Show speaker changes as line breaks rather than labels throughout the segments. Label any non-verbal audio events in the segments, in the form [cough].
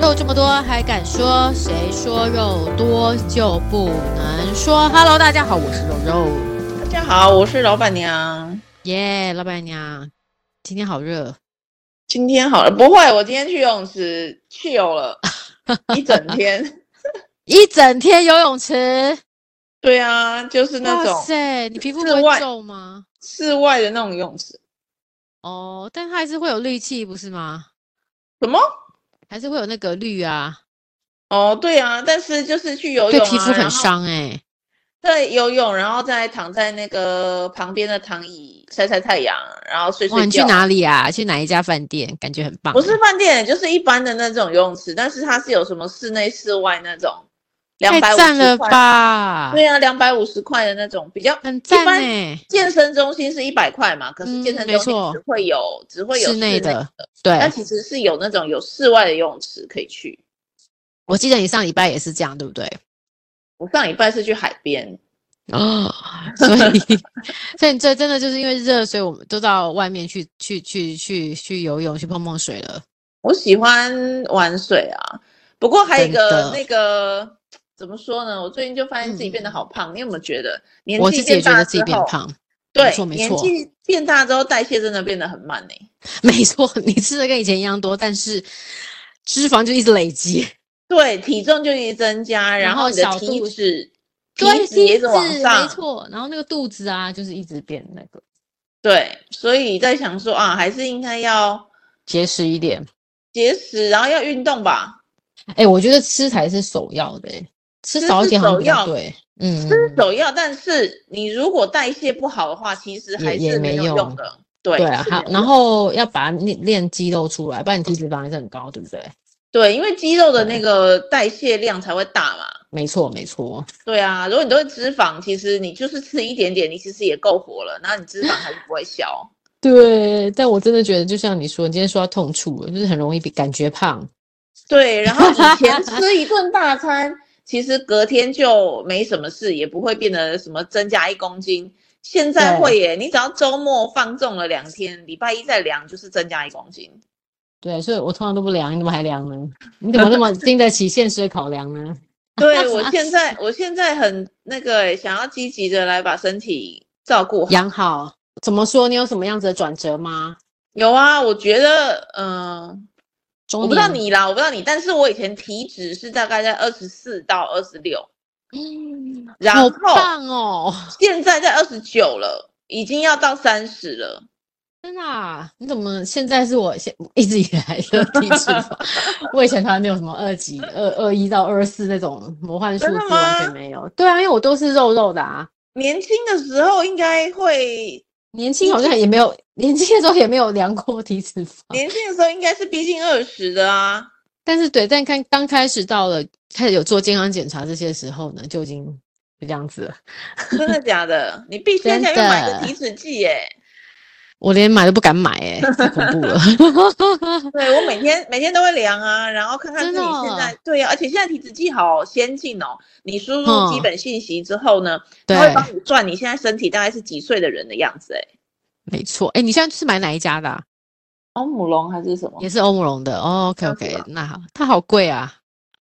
肉这么多还敢说？谁说肉多就不能说？Hello，大家好，我是肉肉，
大家好，我是老板娘。
耶、老板娘，今天好热，
今天好了，不会，我今天去游泳池
[laughs]
chill 了一整天。
一整天游泳池，
对啊，就是那种
哇塞，你皮肤不
室
会
外
皱吗？
室外的那种游泳池。
哦，但它还是会有氯气，不是吗？
什么？
还是会有那个氯啊，
哦，对啊，但是就是去游
对
泳、啊，
皮肤很
然后
伤哎、
对，游泳，然后再躺在那个旁边的躺椅晒晒太阳，然后睡
哇，
睡
你去
觉。
哪里啊？去哪一家饭店？感觉很棒、
不是饭店，就是一般的那种游泳池，但是它是有什么室内、室外那种，两
太
百五
赞了
十块。
吧？
对啊，两百五十块的那种比较。
很赞
般
哎、
健身中心是一百块嘛，可是
嗯
健身
没
中心
错
只会有、只会有
室内
的
的，对
但，其实是有那种有室外的游泳池可以去。
我记得你上礼拜也是这样，对不对？
我上礼拜是去海边，
哦，所以，所以你这真的就是因为热，所以我们都到外面去去去去去游泳，去碰碰水了。
我喜欢玩水啊，不过还有一
真的
个那个怎么说呢？我最近就发现自己变得好胖，你有没有觉得年
嗯我自
纪
己也
变
觉
大
得自己
之
变
后，
胖，没
对
错，没
年
错
纪变大之后代谢真的变得很慢呢、
没错，你吃的跟以前一样多，但是脂肪就一直累
[laughs]
积。
对，体重就一直增加，
然
然
后
后你的
小
体
肚
脂
对，
体脂也一直往
体脂没
上，
错。然后那个肚子啊，就是一直变那个
对，所以在想说啊，还是应该要
结实一点。
节食，然后要运动吧。
哎、我觉得吃才是首要的、欸，吃
吃
少一
是
点好像
首
比较
要
对。嗯，
吃首要，但是你如果代谢不好的话，其实还
也
是
没
没有
用
用的。对，
对啊，
是
好，
没
然
用
后要把练练肌肉出来，不然你体脂肪还是很高，对不对？
对，因为肌肉的
对
那个代谢量才会大嘛。
没错，没错，
对啊，如果你都是脂肪，其实你就是吃一点点，你其实也够活了，然后你脂肪还是不会消。
对。但我真的觉得，就像你说，你今天说到痛处了，就是很容易比感觉胖。 [laughs]
对，然后以前吃一顿大餐，其实隔天就没什么事，也不会变得什么增加一公斤。现在
对
会耶，你只要周末放纵了两天，礼拜一再量就是增加一公斤。
对，所以我通常都不量，你怎么还量呢？你怎么那么经得起现实的考量呢？
对我现在，我现在很那个耶，想要积极的来把身体照顾好。
养好，怎么说？你有什么样子的转折吗？
有啊，我觉得，嗯、
中
我不知道
年，
你啦，我不知道你，但是我以前体脂是大概在二十四到二十六，
嗯
然
好
后
棒哦！
现在在二十九了，已经要到三十了。
真的、啊？你怎么现在是我现一直以来的体脂肪？ [laughs] 我以前从来没有什么二级、二二一到二四那种魔幻数
真的
字，完全
吗
没有。对啊，因为我都是肉肉的啊，
年轻的时候应该会，
年轻好像也没有，年轻的时候也没有量过体脂肪。
年轻的时候应该是逼近二十
[laughs]
的啊。
但是对，但看刚开始到了开始有做健康检查这些时候呢，就已经是这样子了。
真的假的？你必须要下去买个体脂计耶、
我连买都不敢买、欸，太恐怖
[laughs]
了。
对我
[laughs]
每天每天都会量啊，然后看看
真
自
的
己
哦
现在、对啊，而且现在体脂计好先进哦，你输入基
嗯
本信息之后呢，它会
对，
帮你算你现在身体大概是几岁的人的样子哎、
没错。哎、你现在是买哪一家的啊、
欧姆龙还是什么？
也是欧姆龙的。哦，OK
这样子
OK，
吧
那好，它好贵啊。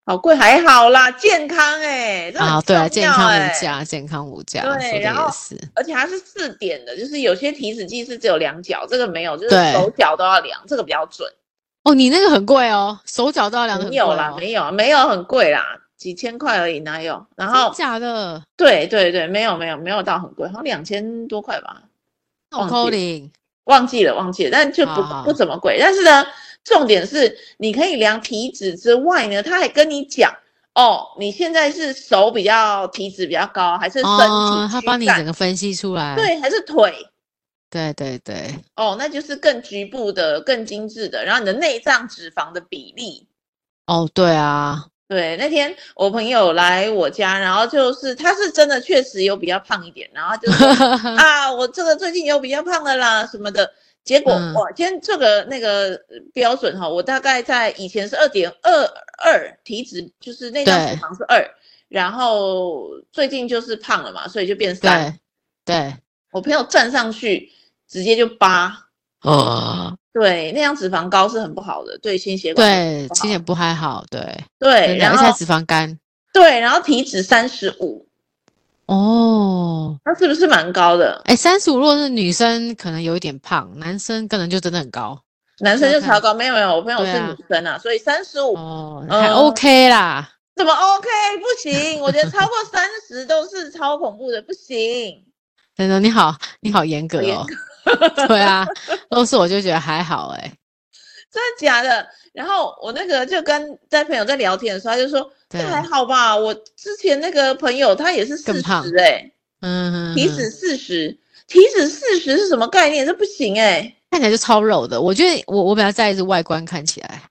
好贵还好啦，健康哎、这很
啊，对啊，
重
健
要
康
哎
无价，健康无价，
对
说的
然后
也是，
而且它是四点的，就是有些体脂计是只有量脚，这个没有，就是
对
手脚都要量，这个比较准。
哦，你那个很贵哦，手脚都要量的很
没
贵、哦，
有啦，没有，没有很贵啦，几千块而已，哪有？然
真
后
的假的？
对对对，没有没有没有到很贵，好像两千多块吧，
那我
忘
c a
记忘记了忘记了，但就不
好好
不怎么贵。但是呢，重点是你可以量体脂之外呢，他还跟你讲哦，你现在是手比较体脂比较高，还是身体
哦，他帮
躯
你
干
整个分析出来，
对，还是腿
对对对，
哦，那就是更局部的、更精致的。然后你的内脏脂肪的比例，
哦对啊，
对，那天我朋友来我家，然后就是他是真的确实有比较胖一点，然后他就
[laughs]
说啊，我这个最近有比较胖的啦什么的。结果
嗯
哇，今天这个那个呃标准哈，我大概在以前是二点二二体脂，就是内脏脂
对
肪是二，然后最近就是胖了嘛，所以就变三。
对对，
我朋友站上去直接就八，
哦，
对，那样脂肪高是很不好的，对心血管
对，
不好
心血不太好，对，
对，
真的
然
而且还
后
脂肪肝
对，然后体脂三十五，
哦。
那是不是蛮高的？
哎，三十五，如果是女生可能有一点胖，男生可能就真的很高
男生就
看
超高，没有没有，我朋友
对
是
啊
女生啊，所以三十五
哦，还
嗯
OK 啦。
怎么 OK 不行？我觉得超过三十都是超恐怖的，不行。
真的，你好，你好严格
好严
哦。对啊，都是我就觉得还好哎、
真的假的？然后我那个就跟在朋友在聊天的时候，他就说这
对啊
还好吧。我之前那个朋友他也是四
更胖
十哎，
嗯，
体脂四十，体脂四十是什么概念？这不行哎、
看起来就超肉的。我觉得我我比较在意是外观看起来，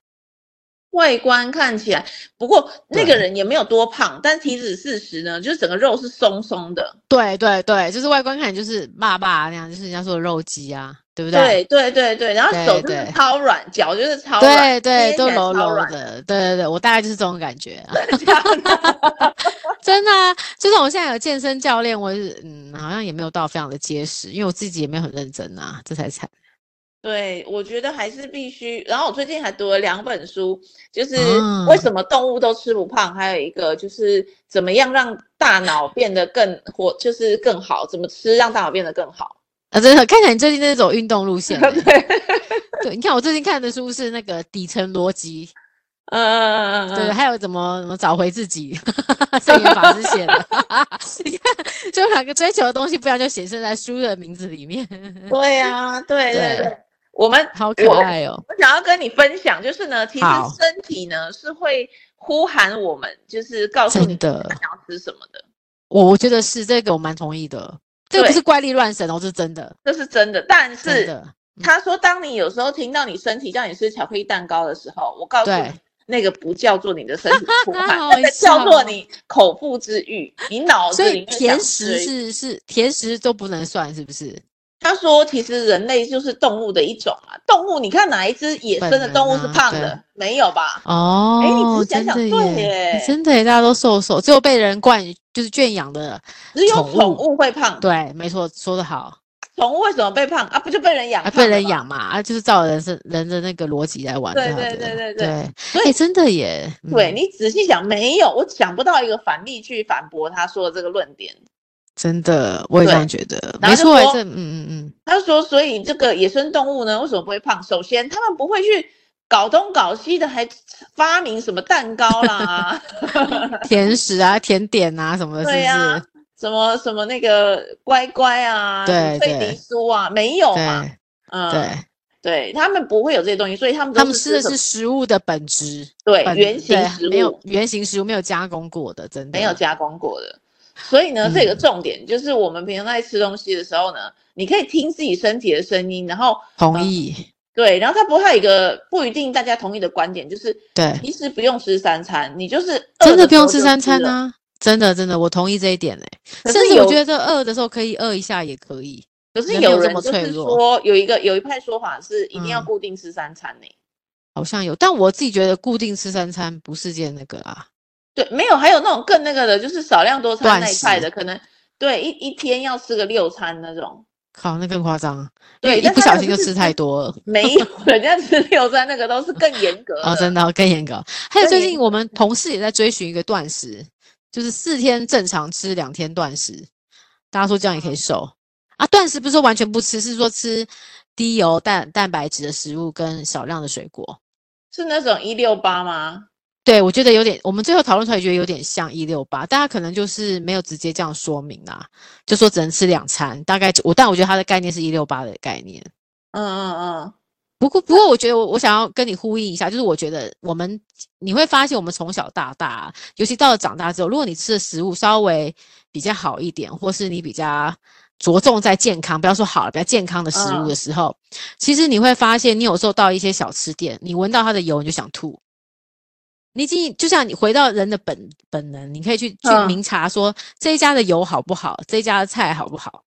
外观看起来，不过那个
对
人也没有多胖，但体脂四十呢，就是整个肉是松松的。
对对对，就是外观看起来就是爸爸那样，就是人家说的肉鸡啊，对不
对对对对，然后
对
手就是
对
超软，脚就是超
对
软，
对，
捏
都
起来
柔
超
柔
软
的，对对对，我大概就是这种感觉、啊，真的啊、就算我现在有健身教练，我是嗯，好像也没有到非常的结实，因为我自己也没有很认真啊，这才惨。
[laughs] 对，我觉得还是必须。然后我最近还读了两本书，就是
啊
为什么动物都吃不胖，还有一个就是怎么样让大脑变得更活，就是更好，怎么吃让大脑变得更好。 [laughs]
啊，真的，看起来你最近在走运动路线欸、
对， [laughs]
对，你看我最近看的书是那个底层逻辑，
嗯嗯嗯
对，
嗯，
还有怎么怎么找回自己， [laughs] 圣严法师写
[laughs]
的。你看，就两个追求的东西，不然就显现在书的名字里
[laughs]
面，
对啊，对对
对
对，我们
好可
我
爱哦。
我想要跟你分享，就是呢，其实
好
身体呢是会呼喊我们，就是告诉你
真的
它想要吃什么的，
我我觉得是这个，我蛮同意的。这个
对
不是怪力乱神哦，这是真的，
这是真的。但
真
是
的。
他说，当你有时候听到你身体叫你吃巧克力蛋糕的时候，我告诉你
对，
那个不叫做你的身体
[laughs]
呼喊，
好
那个
笑
叫做
哦
你口腹之欲，你脑子
所
里
以
面
甜
想吃而
食是
已。
是甜食都不能算，是不是？
他说，其实人类就是动物的一种啊，动物，你看哪一只野生
本
的动物
能
是
啊
胖
对
的？没有吧？
哦，
你仔细
真
想想
的
对
耶，
耶
真的耶，大家都瘦瘦，只有被人惯就是圈养的。
只有
宠物
宠物会胖，
对，没错，说得
[laughs]
好。
宠物为什么被胖啊？不就被人养
啊，
胖？
被人。养嘛，啊，就是照人生人的那个逻辑来玩
对
这样
对
子。
对对对
对，
所
哎、真的耶，
对
嗯
你仔细想，没有，我想不到一个反例去反驳他说的这个论点。
真的，我也这
对
样觉得，没
然后就
错耶，
说
这，嗯嗯嗯，
他就说，所以这个野生动物呢，为什么不会胖？首先，他们不会去搞东搞西的，还发明什么蛋糕啦，
[laughs] 甜食啊、甜点啊什么的，是不
对
是？
呀、什么什么那个乖乖啊，什
对
么脆
对
皮酥啊，没有嘛，
对
嗯，
对，
对，他们不会有这些东西，所以他们
他
都
们
是
吃的
什么
是食物的本质，
对
本
原型
对
食
没有
物，
原型食物，没有加工过的，真的
没有加工过的。所以呢，这有个
嗯
重点就是我们平常在吃东西的时候呢，你可以听自己身体的声音，然后
同
嗯
意，
对，然后它不会有一个不一定大家同意的观点，就是
对，
其实不用吃三餐，你就是饿
真的
的
不
时
用
候
吃
就
三餐
了。
啊，真的真的，我同意这一点哎、
可
甚
是
至我
有
觉得饿的时候可以饿一下也可以，
可是
人没有
有
这
人
么
就
脆
是
弱
说有一个有一派说法是一定要
嗯
固定吃三餐呢、
好像有，但我自己觉得固定吃三餐不是件那个啊，
对，没有，还有那种更那个的，就是少量多餐
断
那一派
食
的，可能对一一天要吃个六餐那种，
靠，那更夸张啊，因
对
为一
但
不
他那
小
个
心
就
就是吃太多了。
没有 [laughs] 人家吃六餐那个都是更严格
哦，
的。
真的、哦、更严格。还有
更
最
严
近我们同事也在追寻一个断食，就是四天正常吃，两天断食。大家说这样也
嗯
可以瘦啊？断食不是说完全不吃，是说吃低油蛋蛋白质的食物跟少量的水果。
是那种一六八吗？
对，我觉得有点，我们最后讨论出来觉得有点像一六八，大家可能就是没有直接这样说明啦，就说只能吃两餐，大概就我，但我觉得它的概念是一六八的概念。
嗯嗯嗯，
不过，不过，我觉得我我想要跟你呼应一下，就是我觉得我们你会发现，我们从小到大，尤其到了长大之后，如果你吃的食物稍微比较好一点，或是你比较着重在健康，不要说好了，比较健康的食物的时候，其实你会发现，你有时候到一些小吃店，你闻到它的油你就想吐。你已经就像你回到人的本本能，你可以去去
嗯
明察说这一家的油好不好，这一家的菜好不好。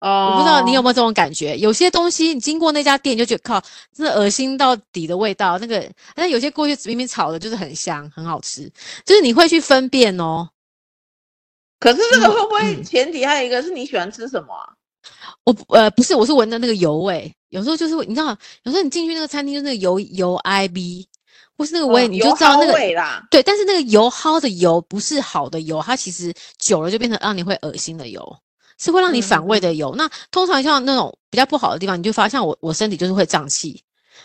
哦，
我不知道你有没有这种感觉，有些东西你经过那家店你就觉得靠，真的恶心到底的味道。那个，但有些过去明明炒的就是很香，很好吃，就是你会去分辨哦。
[laughs] 可是这个会不会
嗯
前提还有一个是你喜欢吃什么啊？
我不呃不是，我是闻的那个油味，有时候就是会你知道，有时候你进去那个餐厅就是那个油油 I B，或是那个
我
味，你就知道那个
哦嗯味啦。
对，但是那个油蒿的油不是好的油，它其实久了就变成让你会恶心的油，是会让你反
嗯
胃的油。那通常像那种比较不好的地方，你就发现像我我身体就是会胀气，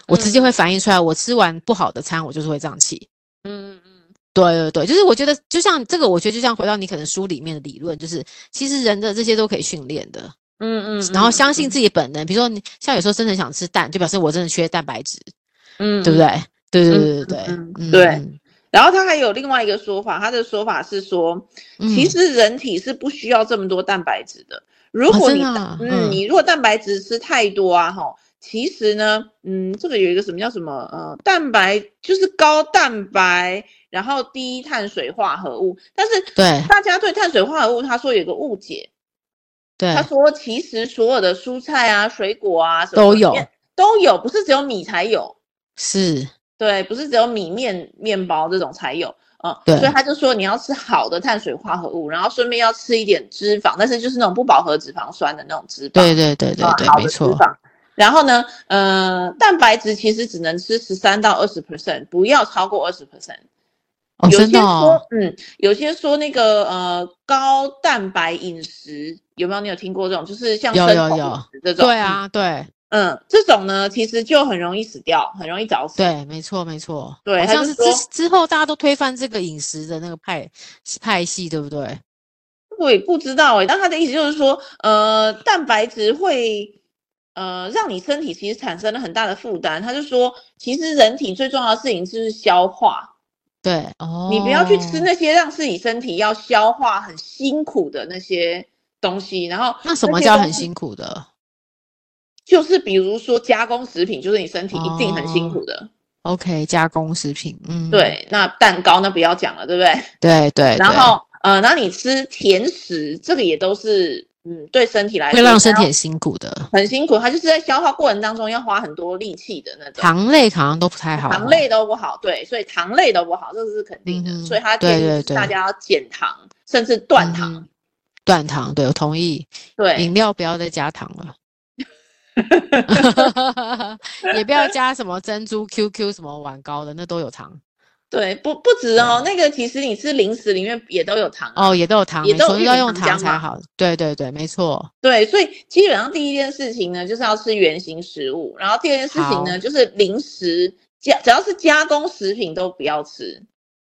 我直接会反映出来，我吃完不好的餐我就是会胀气。
嗯嗯
对对对，就是我觉得就像这个，我觉得就像回到你可能书里面的理论，就是其实人的这些都可以训练的，
嗯嗯，
然后相信自己本能。比如说你像有时候真的想吃蛋，就表示我真的缺蛋白质，
嗯，嗯
对不？对？对对对对对
嗯嗯
嗯
对
嗯
然后他还有另外一个说法，他的说法是说，其
嗯
实人体是不需要这么多蛋白质的。如
哦
果
真
你、
的啊
嗯，
嗯
你如果蛋白质吃太多啊，哈，其实呢，嗯，这个有一个什么叫什么呃，蛋白就是高蛋白，然后低碳水化合物。但是
对
大家对碳水化合物，他说有个误解，
对哎
他说其实所有的蔬菜啊、水果啊什么
都
里
有
面都有，不是只有米才有。
是。
对，不是只有米面面包这种才有啊、
对
所以他就说你要吃好的碳水化合物，然后顺便要吃一点脂肪，但是就是那种不饱和脂肪酸的那种脂肪，
对对对对
啊
对，
好
没
的脂
错，
肪。然后呢，呃，蛋白质其实只能吃十三到二十 percent，不要超过二十 percent。
哦，
有
真
些
的
说，
哦，
嗯，有些说那个呃高蛋白饮食有没有？你有听过这种？就是像
有
生
有
酮
有
饮食这种，
对，啊，对
嗯，这种呢其实就很容易死掉，很容易早死。
对，没错没错，
对
好
他
像
就是
之
说
之后大家都推翻这个饮食的那个派派系，对不对？
我也不知道哎、但他的意思就是说，呃，蛋白质会呃让你身体其实产生了很大的负担。他就说，其实人体最重要的事情就是消化，
对，哦，
你不要去吃那些让自己身体要消化很辛苦的那些东西。然后
那什么
些
叫
东
很
西
辛苦的
就是比如说加工食品，就是你身体一定很辛
哦
苦的。
？OK，加工食品，嗯，
对，那蛋糕那不要讲了，对不对？
对对，
然
对
后呃，那你吃甜食，这个也都是嗯对身体来
会
说
让
它
身
要
体很辛苦的，
很辛苦，它就是在消化过程当中要花很多力气的那种。
糖类好像都不太好，
糖，类都不好，对，所以糖类都不好，这是肯定的。
嗯哼
所以它
对
建议
对
就是大
对
家要减糖，甚至断糖。
嗯哼，断糖，对我同意，饮
对，
料不要再加糖
[laughs]
了。也不要加什么珍珠 QQ 什么碗糕的，那都有糖。
对，不不止哦，那个其实你吃零食里面也都有糖啊
哦，也都有糖，
也
没
都
错，
有玉
要
米
用
糖浆
糖才
嘛
好。对对对，没错。
对，所以基本上第一件事情呢，就是要吃原形食物，然后第二件事情
好
呢，就是零食加，只要是加工食品都不要吃。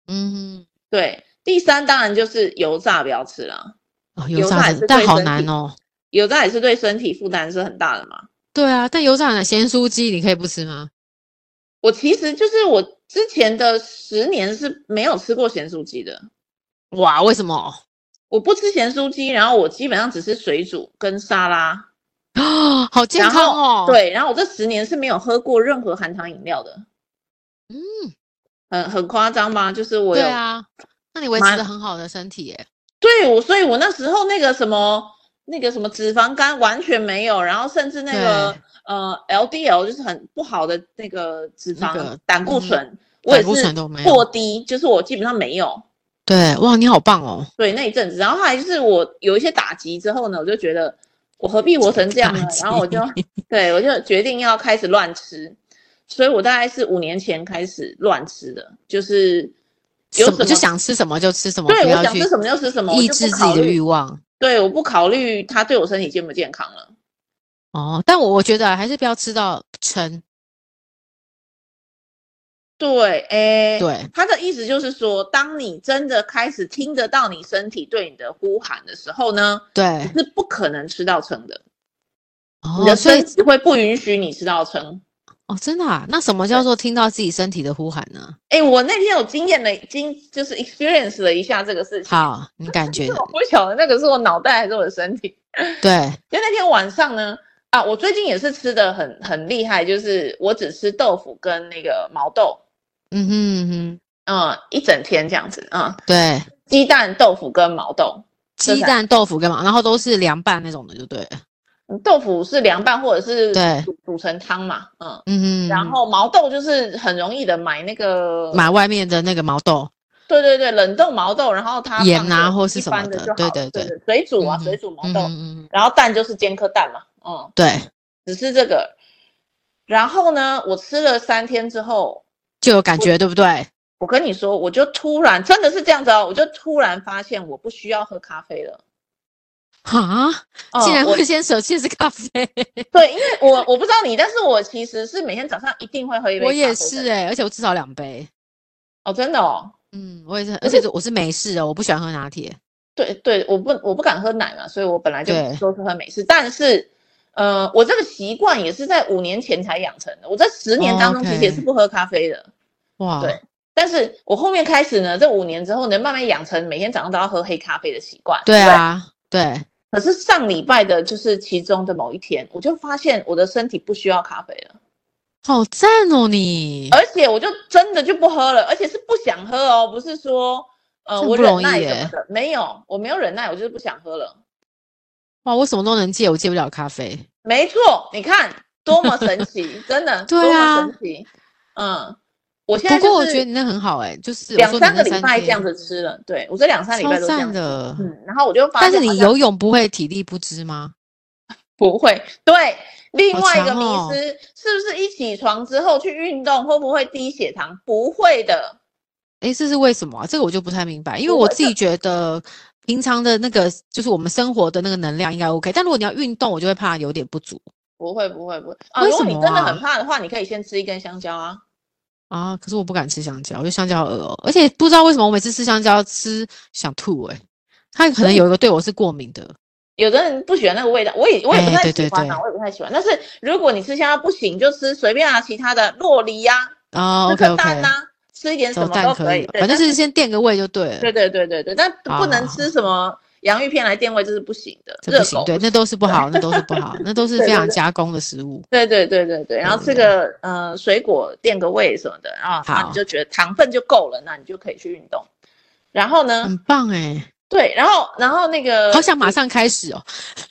嗯，
对，第三当然就是油炸不要吃啦，
哦，
油
油
炸
炸
也
的
是
但
对
好
身
难
体
哦。
油炸也是对身体负担是很大的嘛。
对啊，但油炸的咸酥鸡你可以不吃吗？
我其实就是我之前的十年是没有吃过咸酥鸡的，
哇，为什么？ [gasps]
我不吃咸酥鸡，然后我基本上只吃水煮跟沙拉，
啊，好健
然
康哦。，
后对，然后我这十年是没有喝过任何含糖饮料的，
嗯，
很很夸张吧？就是我
对
有
啊，那你维
蛮
持的很好的身体耶。
对我，所以我那时候那个什么那个什么脂肪肝完全没有，然后甚至那个呃 LDL 就是很不好的那个脂
那
肪、
个
胆固
嗯
醇，我也
胆固
是
醇都没有
过低，就是我基本上没有。
对，哇，你好棒哦。
对那一阵子，然后后来就是我有一些打击之后呢，我就觉得我何必活成这样呢
打？击
然后我就 [laughs] 对我就决定要开始乱吃，所以我大概是五年前开始乱吃的，就是
什
有什么
就想吃什么就吃什么，
对
不
我
要
想
去
吃什么就吃什么，我
抑
就
制
不
自己
考
的欲
虑，
望。
对，我不考虑它对我身体健不健康了。
哦，但我我觉得还是不要吃到撑。
对，诶，
对，
他的意思就是说，当你真的开始听得到你身体对你的呼喊的时候呢，你
对，
是不可能吃到撑的，你
哎哦，
的
所以
身体会不允许你吃到撑。
哦，真的啊？那什么叫做听到自己身体的呼喊呢？
哎、我那天有经验了，经就是 experience 了一下这个事情。
好，你感觉
是我不晓得那个是我脑袋还是我的身体。
对，
就那天晚上呢，啊，我最近也是吃的很很厉害，就是我只吃豆腐跟那个毛豆，
嗯哼嗯哼，
嗯，一整天这样子，嗯，
对，
鸡蛋、豆腐跟毛豆。这
鸡
才
蛋、豆腐干嘛？然后都是凉拌那种的，就对了。
嗯豆腐是凉拌或者是
对
煮煮成汤嘛，嗯，
嗯哼，
然后毛豆就是很容易的买那个，
买外面的那个毛豆，
对对对，冷冻毛豆，然后它
盐
放
啊
着
或是
一
什么
般的
的
就
对
好
对
了
对
对，水煮啊，
嗯哼
水煮毛
嗯
豆，
哼嗯哼，
然后蛋就是煎颗蛋嘛，嗯，
对，
只是这个。然后呢，我吃了三天之后，
就有感觉，对不对？
我跟你说，我就突然真的是这样子哦，我就突然发现我不需要喝咖啡了。
啊，
哦
竟然
我
会先舍弃是咖啡，
对，因为我我不知道你，但是我其实是每天早上一定会喝一杯咖啡的。
我也是哎、而且我至少两杯。
哦，真的哦，
嗯，我也是，而且我是美式的，我不喜欢喝拿铁。
对对，我不我不敢喝奶嘛，所以我本来就
对
都是喝美式，但是。呃，我这个习惯也是在五年前才养成的。我这十年当中其实也是
OK
不喝咖啡的
哇，
对但是我后面开始呢，这五年之后呢，慢慢养成每天早上都要喝黑咖啡的习惯。
对啊，对，
可是上礼拜的，就是其中的某一天，我就发现我的身体不需要咖啡了，
好赞哦你，
而且我就真的就不喝了，而且是不想喝哦，不是说呃
这不
我忍
容易
耐什
耶
么的，没有，我没有忍耐，我就是不想喝了。
哇，我什么都能戒，我戒不了咖啡。
没错，你看多么神
[laughs]
奇，真的，
对啊
多么神奇。嗯，我现在
不
就
过我觉得
是
你那很好哎、就是
两三个礼拜
拜
这样子吃了，对我这两三礼拜
超
都这
赞
样子。
的。
嗯，然后我就发
但
现，
是你游泳不会体力不支吗？
不会。对，另外一个迷
强哦
思、是不是一起床之后去运动会不会低血糖？不会的，
诶，这是为什么啊、这个我就不太明白，因为
不
我
会
自己觉得平常的那个就是我们生活的那个能量应该 OK，但如果你要运动，我就会怕有点不足
不会，不会，不会。啊，
为
如果
什
你
么
真的
啊
很怕的话，你可以先吃一根香蕉啊。
啊。可是我不敢吃香蕉，我觉得香蕉好恶哦、而且不知道为什么我每次吃香蕉吃想吐诶、它
嗯
可能有一个对我是过敏的，
有的人不喜欢那个味道，我也我也不
哎
太
对对
喜欢啊，
对
我也不太喜欢。但是如果你吃香蕉不行，就吃随便啊，其他的洛梨呀、
啊
吃
，OK
颗
OK，
蛋呐、吃一点什
炒
么都
蛋
可
可
以
以，，
对
反正
但
是先垫个胃就对了
对，对对对对，但不能
啊
吃什么洋芋片来垫胃，这是不行的。
这
热
不行
狗，，
对，那都是不好，那都是不好，那都是
[laughs] 对
非
对
常
对
加工的食物。
对对对对对，然后吃
对对
个呃水果垫个胃什么的啊，然后
好
你就觉得糖分就够了，那你就可以去运动。然后呢，
很棒哎、
对，然后然后那个
好想马上开始哦。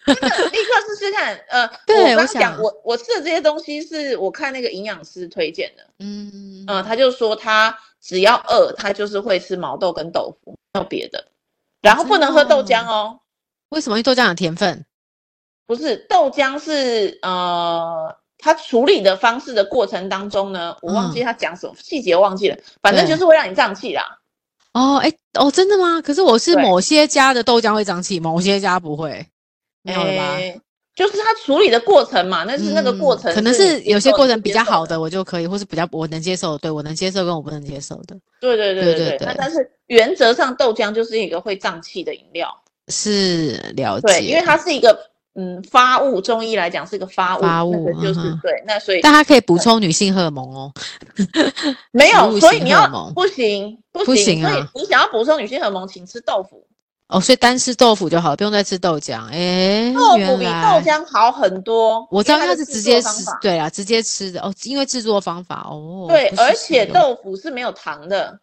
立刻试试看。呃，
对
我
我
刚
想
讲我我吃的这些东西是我看那个营养师推荐的，
嗯，
呃，他就说他只要饿，他就是会吃毛豆跟豆腐，没有别的，然后不能喝豆浆哦，
为什么因为豆浆有甜分？
不是豆浆是呃。他处理的方式的过程当中呢，我忘记他讲什么、细节忘记了，反正
嗯对
就是会让你胀气啦。
哦，哎、哦，真的吗？可是我是
对
某些家的豆浆会胀气，某些家不会，没有了吧？嗯
诶就是他处理的过程嘛，那是那个过程、
可能
是
是
你接
有些
受
过
你
程
不
比
接
较
受
好的，我就可以，或是比较我能接受的，对我能接受跟我不能接受的，
对对对
对
对
对
对，那
对
但是原则上豆浆就是一个会胀气的饮料，
是了解。
对，因为它是一个嗯发物，中医来讲是一个发物，
发物
那个就是、
嗯哼
对，那所以
但它可以补充女性荷尔蒙哦。
没
植
有，
物
所以
性
你
荷
要
尔蒙
不行不行，
不行啊
所以你想要补充女性荷尔蒙，请吃豆腐，
哦，所以单吃豆腐就好了，不用再吃豆浆。哎、
豆腐
原
比
来
豆浆好很多，
我知
因
道
为它
它是
的
直
制作
接
方
吃
法，
对啦，直接吃的哦，因为制作方法哦。
对，
不是
而
是
且
有
豆腐是没有糖的，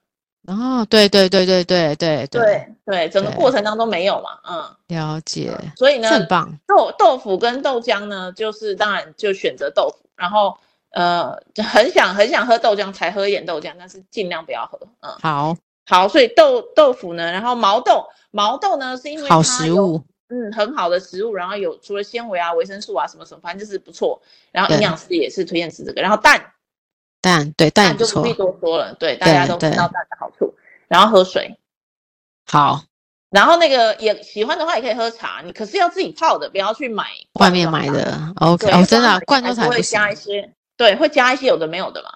哦，对对对对对对
对对，整个
对
过程当中没有嘛，嗯，
了解，
所以呢
这，很棒。
豆豆腐跟豆浆呢，就是当然就选择豆腐，然后呃很想很想喝豆浆才喝一点豆浆，但是尽量不要喝。嗯，
好，
好，所以豆豆腐呢，然后毛豆毛豆呢是因为
好
它
食
有，
物，
嗯，很好的食物，然后有除了纤维啊、维生素啊什么什么，反正就是不错。然后营
对
养师也是推荐吃这个，然后蛋
蛋对蛋也
蛋
不
就不
错
必。多说了，对，大家
对
都知
对
道蛋的好处，然后喝水。
好，
然后那个也喜欢的话也可以喝茶，你可是要自己泡的，不要去买
外
罐
面
装
买
茶
的 OK
对
哦，真的啊
罐
罐头茶
头茶还是
不
会
行
加一些，对，会加一些有的没有的嘛。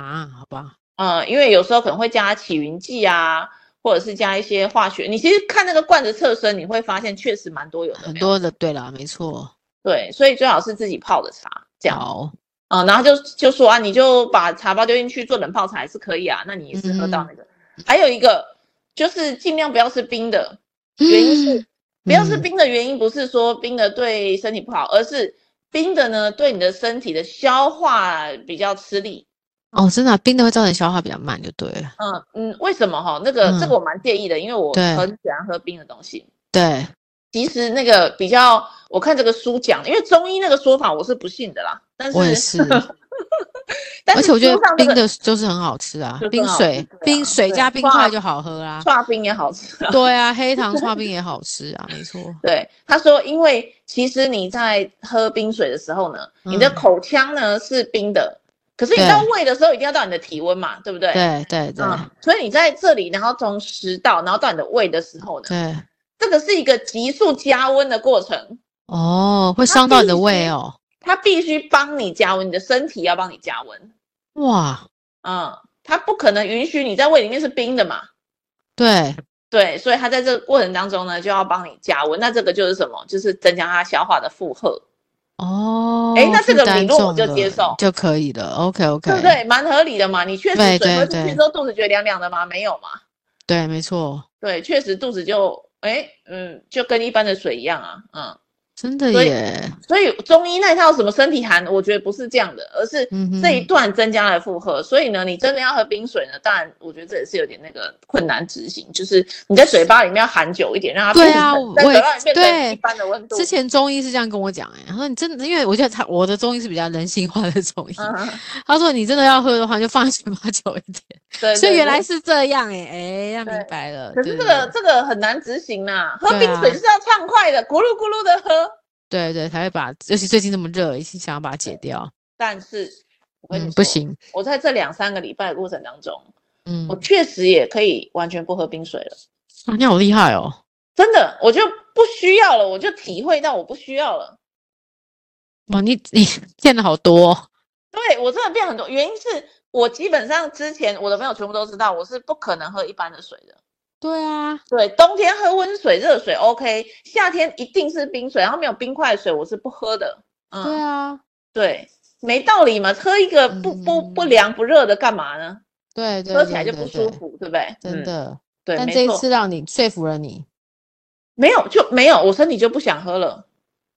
啊，好吧，
嗯，因为有时候可能会加起云剂啊，或者是加一些化学。你其实看那个罐子侧身，你会发现确实蛮多有的
很
没有。
多的对啦，没错。
对，所以最好是自己泡的茶这样。
好，
嗯，然后就就说啊，你就把茶包丢进去做冷泡茶也是可以啊，那你也是喝到那个。
嗯
还有一个就是尽量不要吃冰的，原因是
嗯
不要吃
嗯
冰的原因不是说冰的对身体不好，而是冰的呢对你的身体的消化比较吃力。
哦，真的啊冰的会造成消化比较慢，就对了。
嗯嗯，为什么哈？那个、这
嗯
个我蛮介意的，因为我
对
很喜欢喝冰的东西。
对，
其实那个比较，我看这个书讲，因为中医那个说法我是不信的啦，但是
我也是。
[laughs] 但
而
是
且我觉
桌
得
上这
冰
个
的就是很好吃啊
就，更
冰
好吃
水
对啊
冰水
对
加冰
哇
块就好喝啦。
刨冰也好吃啊。
对啊，黑糖刨冰也好吃啊， [laughs] 没错。
对，他说，因为其实你在喝冰水的时候呢， [laughs] 你的
嗯
口腔呢是冰的，可是你
对
到胃的时候一定要到你的体温嘛，对不对？
对对对
嗯，所以你在这里，然后从食道，然后到你的胃的时候呢，
对，
这个是一个急速加温的过程，
哦，会
它
伤到你的
必
胃
须
哦。
它必须帮你加温，你的身体要帮你加温，
哇，
嗯，它不可能允许你在胃里面是冰的嘛，
对，
对，所以它在这个过程当中呢，就要帮你加温，那这个就是什么？就是增加它消化的负荷。
哦，
诶那这
负
个理
担
论我
重
就接
了
受
就可以了。OK OK，
对不对？蛮合理的嘛。你确实
对
水
对
喝进
对
去之后肚子觉得凉凉的吗？没有嘛。
对，没错，
对，确实肚子就哎嗯，就跟一般的水一样啊，嗯。
真的
所以
耶。
所以中医那套什么身体寒，我觉得不是这样的，而是
嗯哼
这一段增加了负荷。所以呢，你真的要喝冰水呢，当然我觉得这也是有点那个困难执行，就是你在嘴巴里面要含久一点，让它
对
变
啊
成
我
在
我也
嘴巴里面变
对
成一般的温度
之。前中医是这样跟我讲、欸，哎，他说你真的，因为我觉得他我的中医是比较人性化的中医，
嗯，
他说你真的要喝的话，你就放在嘴巴久一点。
对，
所以
对
原来
对
是这样、欸，哎、要
对
明白了。
可是
对
这个这个很难执行啊，喝
对
冰水
啊
就是要畅快的，咕噜咕噜的喝。
对对对，才会把，尤其最近这么热，一心想要把它解掉，
但是哦我跟你
嗯，
说，
不行，
我在这两三个礼拜的过程当中，
嗯
我，确实也可以完全不喝冰水了，
啊你好厉害哦。
真的，我就不需要了，我就体会到我不需要了。
哇，你你变了好多、哦，
对我真的变很多，原因是我基本上之前我的朋友全部都知道，我是不可能喝一般的水的。
对啊，
[laughs] 对，冬天喝温水、热水 OK，夏天一定是冰水，然后没有冰块的水我是不喝的。
对
嗯，
啊，
对，没道理嘛，喝一个不不不凉不热的干嘛呢？
嗯对对，
嗯喝起来就
对
不
对
舒服，对不对？
真
嗯，
的。
对，
但
没
这一
错
次让你说服了你
没有就没有，我身体就不想喝了，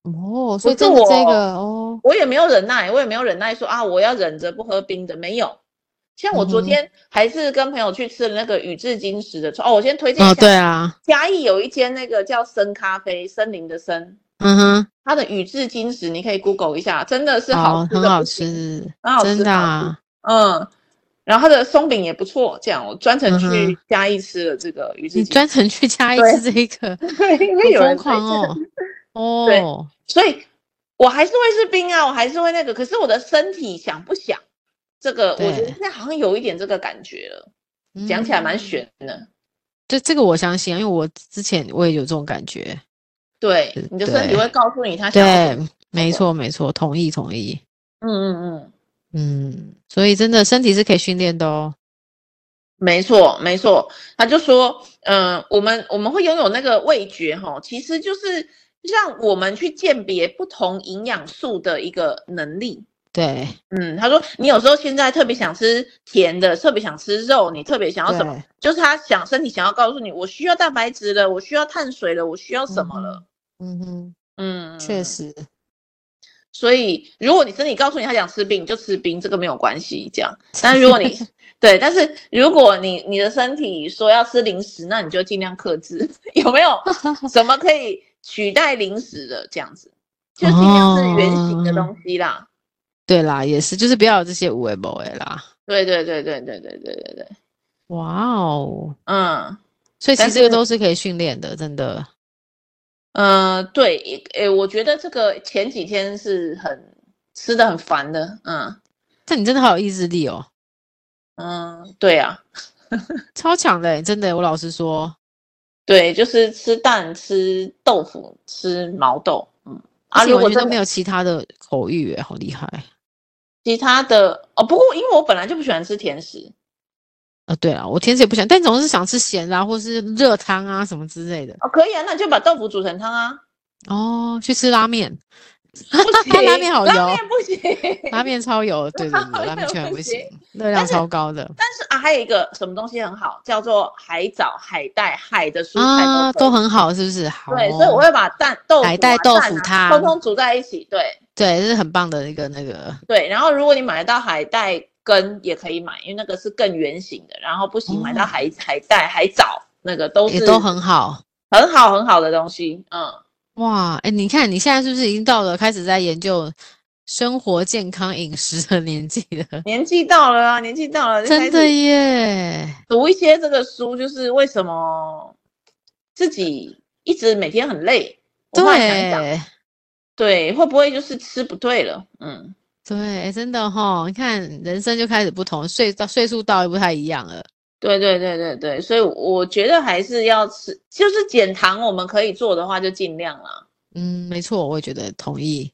哦，所以
是
真的这
我
个哦，
我也没有忍耐，我也没有忍耐说啊，我要忍着不喝冰的，没有。像我昨
嗯哼
天还是跟朋友去吃了那个宇治金石的串哦，我先推荐一
哦
下，
对啊，
嘉义有一间那个叫森咖啡，森林的森，
嗯哼，
它的宇治金石你可以 Google 一下，真的是
好，哦
吃
很
的
好
不行，
吃，
很好吃
真的
好
啊，
嗯。然后它的松饼也不错，这样我专程
嗯
去嘉义吃了这个宇治
你
金
专
石，
程去加一
对
次这个，
对， [laughs] 因为有
好疯
人推
狂
荐
哦，
对
哦，
所以我还是会吃冰啊，我还是会那个，可是我的身体想不想这个，我觉得
对
现在好像有一点这个感觉了，讲起来蛮
嗯。
悬的。
这这个我相信啊，因为我之前我也有这种感觉，
对
是，
你的身体
对
会告诉你他想要
对
什么，
没
的
错没错，同意同意，
嗯嗯嗯，
嗯，所以真的身体是可以训练的哦，
没错没错。他就说，嗯、我们我们会拥有那个味觉哈，其实就是让我们去鉴别不同营养素的一个能力。
对
嗯，他说你有时候现在特别想吃甜的，特别想吃肉，你特别想要什么
对，
就是他想身体想要告诉你，我需要蛋白质了，我需要碳水了，我需要什么了。
嗯哼，
嗯，
确。实，
所以如果你身体告诉你他想吃冰，你就吃冰，这个没有关系。这样，但如果你对，但是如果你你的身体说要吃零食，那你就尽量克制。 [laughs]
[laughs]
有没有什么可以取代零食的这样子？就尽量是圆形的
哦
东西啦。
对啦，也是，就是不要有这些无为不为啦。
对对对对对对对对对，
哇哦，
嗯。
所以其
但
实这个
是
都是可以训练的，真的。
嗯，对，诶、我觉得这个前几天是很吃的很烦的，嗯
但你真的好有意志力哦，
嗯，对啊，
超强的欸，真的。我老实说，
对，就是吃蛋、吃豆腐、吃毛豆，嗯，啊，
而且
如
完
果
全都
真
没
的
有其他的口欲耶，好厉害
其他的哦，不过因为我本来就不喜欢吃甜食，
哦！对了，我甜食也不喜欢，但总是想吃咸啦，或是热汤啊什么之类的。
哦，可以啊，那你就把豆腐煮成汤啊，
哦，去吃拉面，
不
[laughs]
行，
拉面好
拉
油啊
面
[laughs]
不行，
拉面超油，对对对，拉
拉
面
面
全
[laughs] 不
不
行
行，热量
是
超高的
但是啊，还有一个什么东西很好，叫做海藻、海带、海的蔬菜
啊，
都
都
可以
很好，是不是？好
对，所以我
哦
会把蛋、豆腐
海
啊、
带豆
蛋
腐
啊通
汤
通煮在一起，对。
对，这是很棒的一个那个，
对，然后如果你买得到海带根也可以买，因为那个是更圆形的。然后不行，买到
哦
海、海带、海藻，那个都
也
是
都很好。
很好很好的东西。嗯，
哇，哎，你看你现在是不是已经到了开始在研究生活健康饮食的年纪
[laughs]
了，
年纪到了啊，年纪到了，就开
真的
始
耶！
读一些这个书，就是为什么自己一直每天很累，我后来想一想，
对
对，会不会就是吃不对了？嗯，
对，哎真的哈、你看人生就开始不同，岁到岁数到又不太一样了。
对对对对对，所以我觉得还是要吃，就是减糖，我们可以做的话就尽量啦。
嗯，没错，我也觉得同意。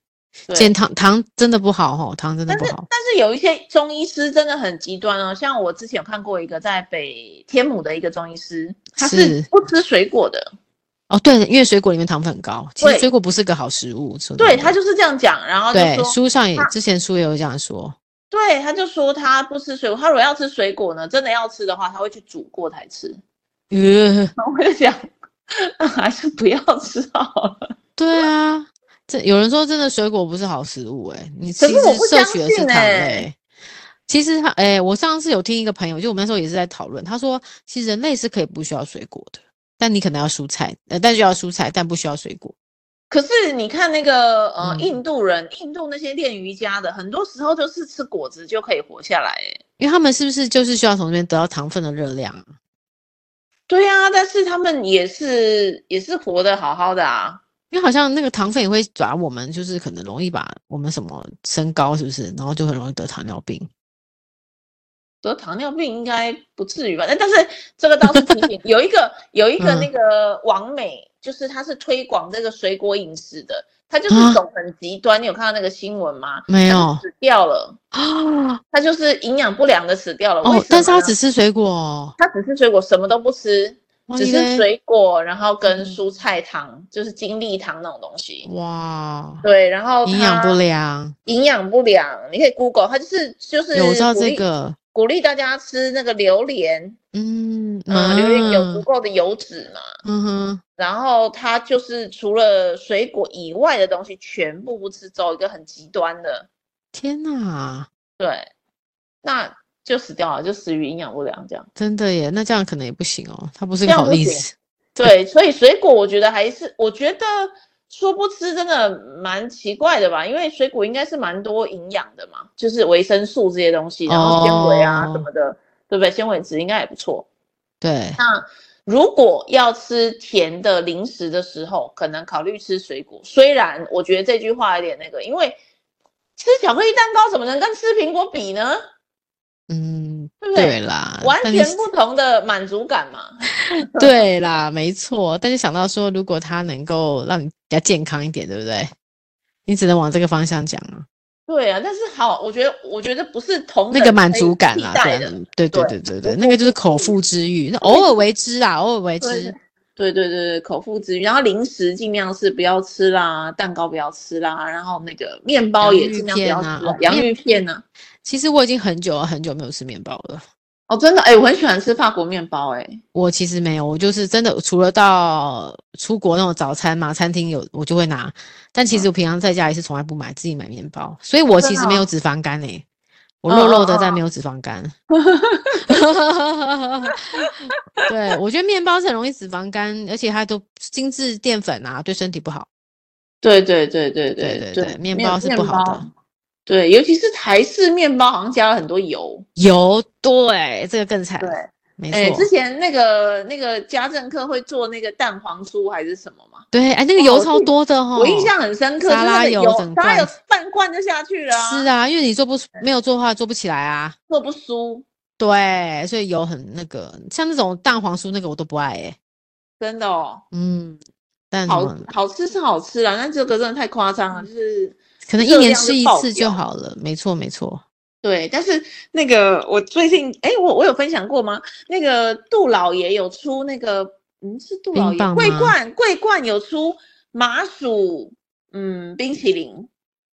对
减糖糖真的不好哦，糖真的不好。
但是有一些中医师真的很极端哦，像我之前有看过一个在北天母的一个中医师，他是
是
不吃水果的，
哦，对，因为水果里面糖分很高，其实
对
水果不是个好食物。说真
对
的
他就是这样讲，然后就
嗯对
说
书上也
他
之前书也有这样说。
对，他就说他不吃水果，他如果要吃水果呢，真的要吃的话，他会去煮过才
[laughs]
吃。
呃，
然后我就想， [laughs] 那还是不要吃好了。
对啊，这有人说真的水果不是好食物、欸，你其
可
实
是我不
摄
相
取的是
信
糖
欸
类。其实他，哎、我上次有听一个朋友，就我们那时候也是在讨论，他说，其实人类是可以不需要水果的，但你可能要蔬菜，呃，但需要蔬菜，但不需要水果。
可是你看那个呃，
嗯
印度人，印度那些练瑜伽的，很多时候就是吃果子就可以活下来。哎，
因为他们是不是就是需要从那边得到糖分的热量啊？
对啊，但是他们也是也是活得好好的啊。
因为好像那个糖分也会把我们，就是可能容易把我们什么升高，是不是？然后就很容易得糖尿病。
得糖尿病应该不至于吧？但但是这个倒是提醒，有一个有一个
嗯
那个王美，就是她是推广这个水果饮食的，她就是
啊
走很极端。你有看到那个新闻吗？
没
她就
有
死掉了，
啊，
她就是营养不良的死掉了。为
哦
什，
但是他
么呢
只吃水果、哦，
她只吃水果，什么都不吃，
哇
只
你
吃
嘞
水果，然后跟
哦嗯
蔬菜糖，就是精力糖那种东西。
哇，
对，然后
营养
她
不良。
营养不良，你可以 Google，它就是就是
有我知道
鼓
这
励
个，
鼓励大家吃那个榴莲。
嗯，
嗯，榴莲有足
啊
够的油脂嘛，
嗯哼，
然后它就是除了水果以外的东西全部不吃，走一个很极端的，
天哪，
对，那就死掉了，就死于营养不良这样。
真的耶，那这样可能也不行哦，他不是
这
个
样
好
不
例
行
子。
对，所以水果我觉得还是，我觉得说不吃真的蛮奇怪的吧，因为水果应该是蛮多营养的嘛，就是维生素这些东西，然后纤维啊什
哦
么的，对不对？纤维质应该也不错。
对，
如果要吃甜的零食的时候，可能考虑吃水果。虽然我觉得这句话有点那个，因为吃巧克力蛋糕怎么能跟吃苹果比呢？
嗯，
对不对？
对啦，
完
但
全
是
不同的满足感嘛。 [laughs]
对啦，没错。但是想到说，如果它能够让你比较健康一点，对不对？你只能往这个方向讲啊，
对啊，但是好，我觉得我觉得不是同
那个
等
满
可以
足感
替
啦，对
代的
啊，对对对对
对
对，那个就是口腹之欲，那偶尔为之啦，偶尔为
对
之。
对对对对，口腹之欲，然后零食尽量是不要吃啦，蛋糕不要吃啦，然后那个面包
洋
也
芋
尽量
片
不要吃
啊
啦
哦，
洋
面
芋片呢、
其实我已经很久很久没有吃面包了。
哦，真的，哎，我很喜欢吃法国面包，哎，
我其实没有，我就是真的除了到出国那种早餐嘛，餐厅有我就会拿，但其实我平常在家也是从来不买，自己买面包，所以我
嗯真
其
的
实没有
哦
脂肪肝诶、欸我
嗯
肉肉
嗯
的，但
嗯
没有脂肪肝。对，我觉得面包是很容易脂肪肝，而且它都精致淀粉啊，对身体不好。
对对对对
对对
对
对面包是不好的。
面包对，尤其是台式面包，好像加了很多油。
油，对，这个更惨，没
哎，
错
之。前那个那个家政课会做那个蛋黄酥还是什么嘛？
对，哎，那个
哦
油
我
超
记
多的哈，
我印象很深刻，
哦沙拉
就是那
油
个油
整，
沙拉油
罐
半罐就下去了、
是，啊，因为你做不出没有做的话做不起来啊。
做不酥，
对，所以油很那个，像那种蛋黄酥那个我都不爱哎、
真的哦。
嗯，但什
好
么
好吃是好吃啦，但这个真的太夸张了，就是
可能一
热
年
量就
吃一
爆
次就
表
好了，没错没错。
对。但是那个我最近，哎，我我有分享过吗？那个杜老爷有出那个，嗯，是杜老
冰
爷
棒
桂
吗
冠，桂冠有出麻薯，嗯，冰淇淋，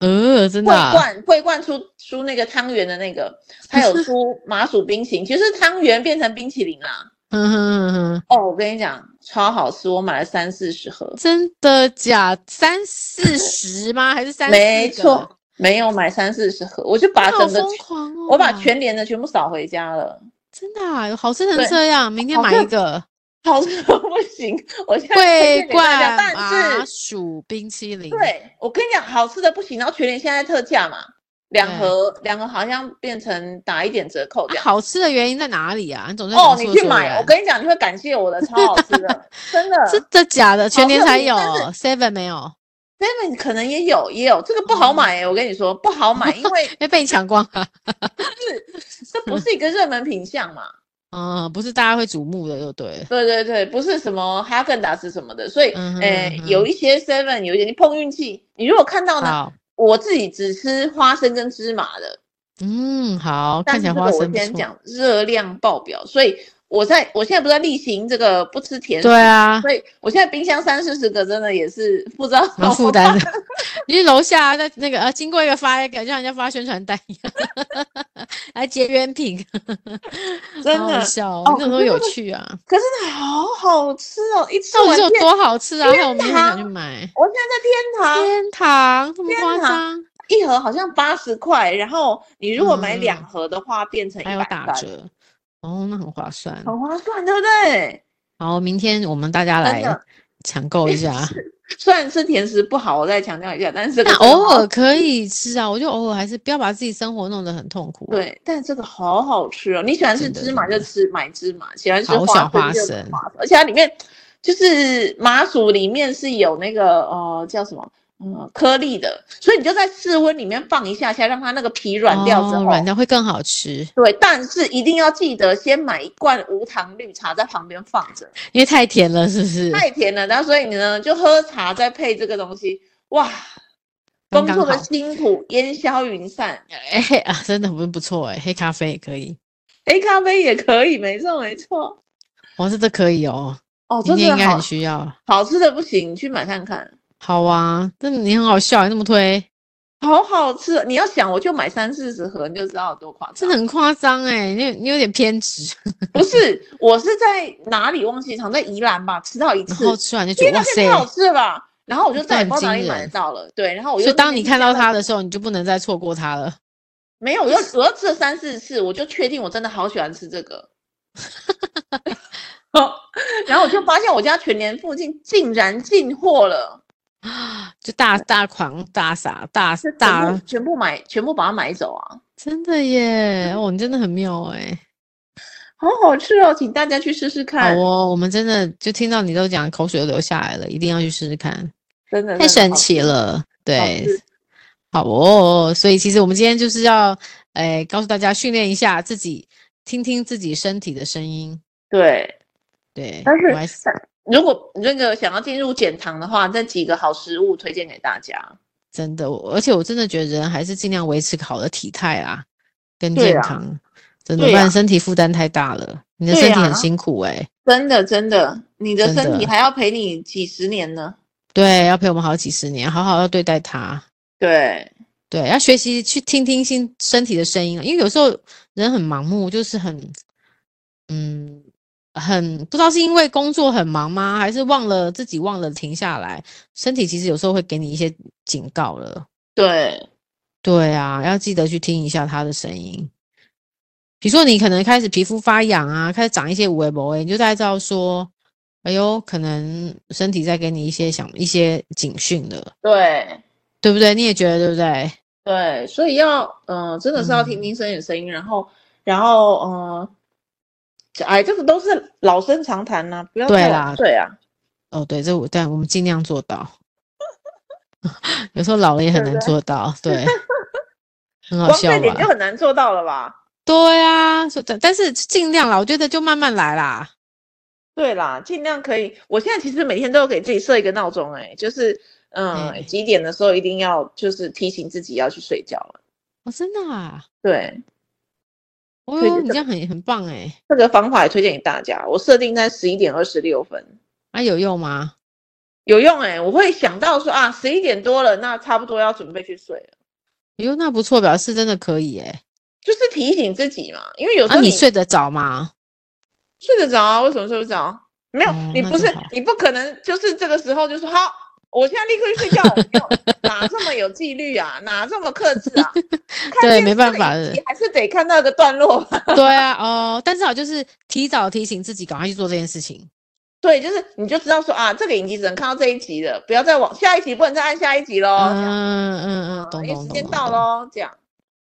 呃，真的
桂
啊、
冠桂冠出出那个汤圆的那个，它有出麻薯冰淇淋，其实汤圆变成冰淇淋啦。
哼哼哼哼，
哦，我跟你讲，超好吃，我买了三四十盒，
真的假？三四十吗？还是三？
没错，，没有买三四十盒，我就
你
把
好
整个
疯狂哦！
我把全年的全部扫回家了。
真的啊，好吃成
对
这样，明天
好
买
像
一个。
好吃到不行。我现在推
桂
荐给大家
冠麻
但是
薯冰淇淋，啊
对我跟你讲，好吃的不行。然后全联现在特价嘛，两
对
盒两盒好像变成打一点折扣这
啊
样。
好吃的原因在哪里啊？你总是
哦，
想
你
说
去
说
买，
人
我跟你讲，你会感谢我的，超好吃
[laughs]
的，真的。
真的假的？全年
特
才
别
有
但是
，Seven 没有，
seven 可能也有，也有这个不好
嗯
买、欸。我跟你说不好买，因
[laughs]
为
因为被你抢光了。
这不是一个热门品项嘛。
嗯，不是大家会瞩目的，就对了。
对对对，不是什么哈根达斯什么的，所以
嗯哼
呃
嗯哼
有一些 seven 有一点你碰运气。你如果看到呢，
好，
我自己只吃花生跟芝麻的，
嗯，好，看
但
起
是
来
这
花
个我
生不
先
错。
讲热量爆表，所以我在我现在不是在例行这个不吃甜食，
对，啊，
所以我现在冰箱三四十个真的也是不知道
蛮负担的。 [laughs] 你去楼下在那个呃，经过一个发一个，让人家发宣传单一样， [laughs] 来结缘品，
[laughs] 真
好
的
好笑哦。
哦
那时候
可是
有
那个
趣啊，
可是那好好吃哦，一吃
到底
完
是有
天，
多好吃啊？害我们
天
都想去
堂
买。
我现在在天堂
天堂这么
天
夸
堂
张，
一盒好像八十块，然后你如果买
嗯
两盒的话，变成一
还有
百
打，折，哦，那很划算。
很划算，对不对？
好，明天我们大家
真
来
的
抢购一
[laughs]
下。
虽然吃甜食不好，我再强调一下，但 [laughs] 是这个
那
真的
偶
好
尔可以吃啊，我就偶尔还是不要把自己生活弄得很痛苦。，啊
对，但这个好好吃哦！你喜欢吃
真的
芝麻
真
就
的
吃买芝麻，喜欢吃
好想
花
花
生就
生
买花生，而且它里面就是麻薯里面是有那个呃叫什么嗯颗粒的，所以你就在室温里面放一下下，让它那个皮 [laughs] 软掉之
哦
后，
软掉会更好吃，
对，但是一定要记得先买一罐无糖绿茶在旁边放着，
因为太甜了，是不是？
太甜了。然后所以你呢就喝茶再配这个东西，哇，
刚
工
刚
作的
好
辛苦烟消云散。
哎、嘿啊，真的很不错哎、黑咖啡也可以，
黑哎咖啡也可以，没错没错。
我、哦、这这可以哦，
哦，
明
真
天应
的
该
好
很需要。
好吃的不行，你去买看看，
好啊，这你很好笑，你那么推，
好好吃。你要想，我就买三四十盒，你就知道有多夸张。
真的很夸张哎，你有你有点偏执，
不是，我是在哪里忘记，好像在宜兰吧，吃到一
然
次，
后吃完就觉
天
得
哪，
哇
这也太好
塞。
吃了吧！然后我就再也不知道哪里
这很惊人
买得到了。对，然后我
所
又
以当你看到它
它
的时候，你就不能再错过它了。
没有，我又我又吃了三四次，我就确定我真的好喜欢吃这
[laughs]
个。然后我就发现我家全年附近竟然进货了，
就大大狂大傻大
就全
大
部，全部买，全部把它买走啊！
真的耶！哦，你真的很妙哎、
好好吃哦，请大家去试试
好
看。
哦，我们真的就听到你都讲，口水都流下来了，一定要去试试看，
真的
太神奇。
真的好
了。对
吃，
好哦。所以其实我们今天就是要，哎，告诉大家训练一下自己，听听自己身体的声音。
对，
对，
但是
我还
如果那个想要进入减糖的话，这几个好食物推荐给大家。
真的，我而且我真的觉得人还是尽量维持好的体态啊，跟
对
健
啊
康，真的，
对
不然
啊
身体负担太大了，你的
对
身体很
啊
辛苦哎、
真的，真的，你的
真
身体
的
还要陪你几十年呢。
对，要陪我们好几十年，好好要对待它。
对，
对，要学习去听听心身体的声音，因为有时候人很盲目，就是很，嗯，很不知道是因为工作很忙吗，还是忘了自己忘了停下来，身体其实有时候会给你一些警告了。
对，
对啊，要记得去听一下它的声音。比如说，你可能开始皮肤发痒啊，开始长一些微博，你就大概知道说，哎呦，可能身体在给你一些想一些警讯了，
对，
对不对？你也觉得对不对？
对，所以要，嗯、真的是要听
嗯
听身体的声音，然后，然后，嗯、这哎，这个都是老生常谈呐、不要
对
太
啦
对啊，
哦，对，这我但我们尽量做到。 [laughs] 有时候老了也很
对不
难
对
做到，
[laughs]
对，很好
光
笑
这点就
吧？
很难做到了吧？
对啊，所以但但是尽量啦，我觉得就慢慢来啦。
对啦，尽量可以。我现在其实每天都有给自己设一个闹钟、欸，哎，就是嗯、
哎
几点的时候一定要就是提醒自己要去睡觉了。
哦，真的啊，
对，
哦
对
哟，
对
你这
对
样很很棒哎，
这个方法也推荐给大家。我设定在十一点二十六分，
啊有用吗？
有用哎、我会想到说啊，十一点多了，那差不多要准备去睡了，
哎呦，那不错，表示真的可以哎。
就是提醒自己嘛。因为有时
啊，
候
你
你
睡得着吗？
睡得着啊，为什么睡不着？没有，
哦
你
那
不
就是好
你不可能就是这个时候就说好，我现在立刻去睡觉了。没有哪这么有纪律啊，哪这么克制
[laughs]
啊？看
对
电
没
视
办
的
法
影集
的
还是得看到一个段落吧。
对啊，哦，但至少就是提早提醒自己赶快去做这件事情。
对，就是你就知道说啊，这个影集只能看到这一集了，不要再往下一集，不能再按下一集喽。哦这样
嗯嗯嗯，
啊
懂
因为
懂
时
懂。
间
懂
到，喽，这样。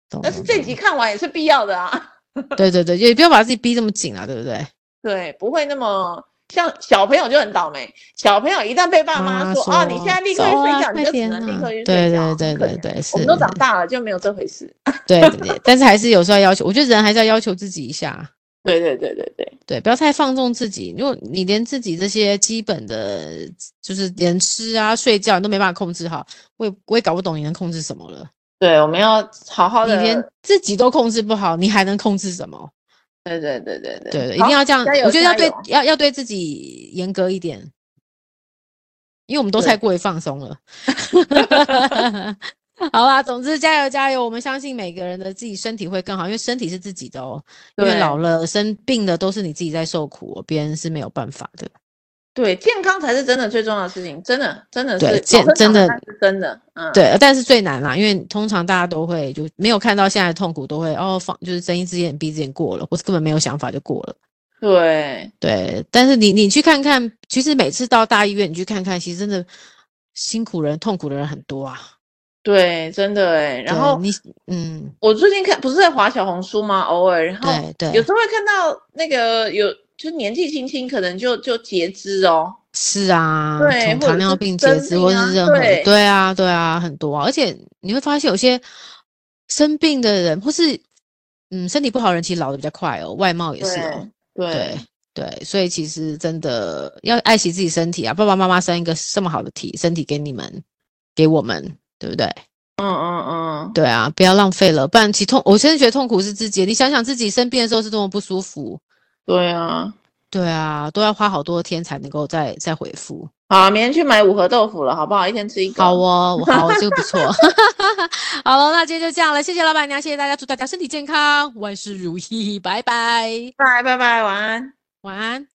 懂
但是
懂
这
懂
集看完也是必要的啊， [laughs]
对对对，也不要把自己逼这么紧啊，对不对？
对，不会那么像小朋友就很倒霉。小朋友一旦被爸妈说啊，你现在立刻去
走
睡
啊
觉，你
快
就只
点
能立
啊
刻去
对
睡
对
觉。
对
很可
对
怜
对，是
我们都 [laughs] 长大了，就没有这回事。
对对对，但是还是有时候要要求，我觉得人还是要要求自己一下。
对对对对对，
对，不要太放纵自己。如果你连自己这些基本的，就是连吃啊、睡觉你都没办法控制好，我也我也搞不懂你能控制什么了。
对，我们要好好
你
的。
连自己都控制不好，你还能控制什么？
对对对对对
对对，一
好
定要这样
加。油
我觉得要
加
对
油
要要对自己严格一点，因为我们都
对
太过于放松了。 [laughs] 好啦，总之加油加油！我们相信每个人的自己身体会更好，因为身体是自己的哦。因为
对
老了、生病了都是你自己在受苦、哦，别人是没有办法的。
对，健康才是真的最重要的事情，真的真的是
对
老
健
生
真
常
的
谈是真的，嗯，
对，但是最难啦，因为通常大家都会就没有看到现在的痛苦，都会哦放就是睁一只眼闭一只眼过了，或是根本没有想法就过了。
对
对，但是你你去看看，其实每次到大医院你去看看，其实真的辛苦人、痛苦的人很多啊。
对，真的哎。然
对
后
你嗯，
我最近看不是在划小红书吗？偶尔，然后
对对，
有时候会看到那个有，就是年纪轻轻可能就就截肢哦，
是啊，
对
从
或
糖
者
尿
是
病、
生
截肢或
病
是
啊
任何的
对
对啊，对啊，很多啊。而且你会发现，有些生病的人或是嗯身体不好的人，其实老的比较快哦，外貌也是哦。对
对
对，所以其实真的要爱惜自己身体啊！爸爸妈妈生一个这么好的体身体给你们，给我们，对不对？
嗯嗯嗯，
对啊，不要浪费了，不然其痛，我真的觉得痛苦是自己的。你想想自己生病的时候是多么不舒服，
对啊。
对啊，都要花好多天才能够再再恢复。
好啊，明天去买五盒豆腐了，好不好？一天吃一个。
好哦，我好，这个不错。好了，那今天就这样了，谢谢老板娘，谢谢大家，祝大家身体健康，万事如意，拜拜，
拜拜拜，晚安。
晚安。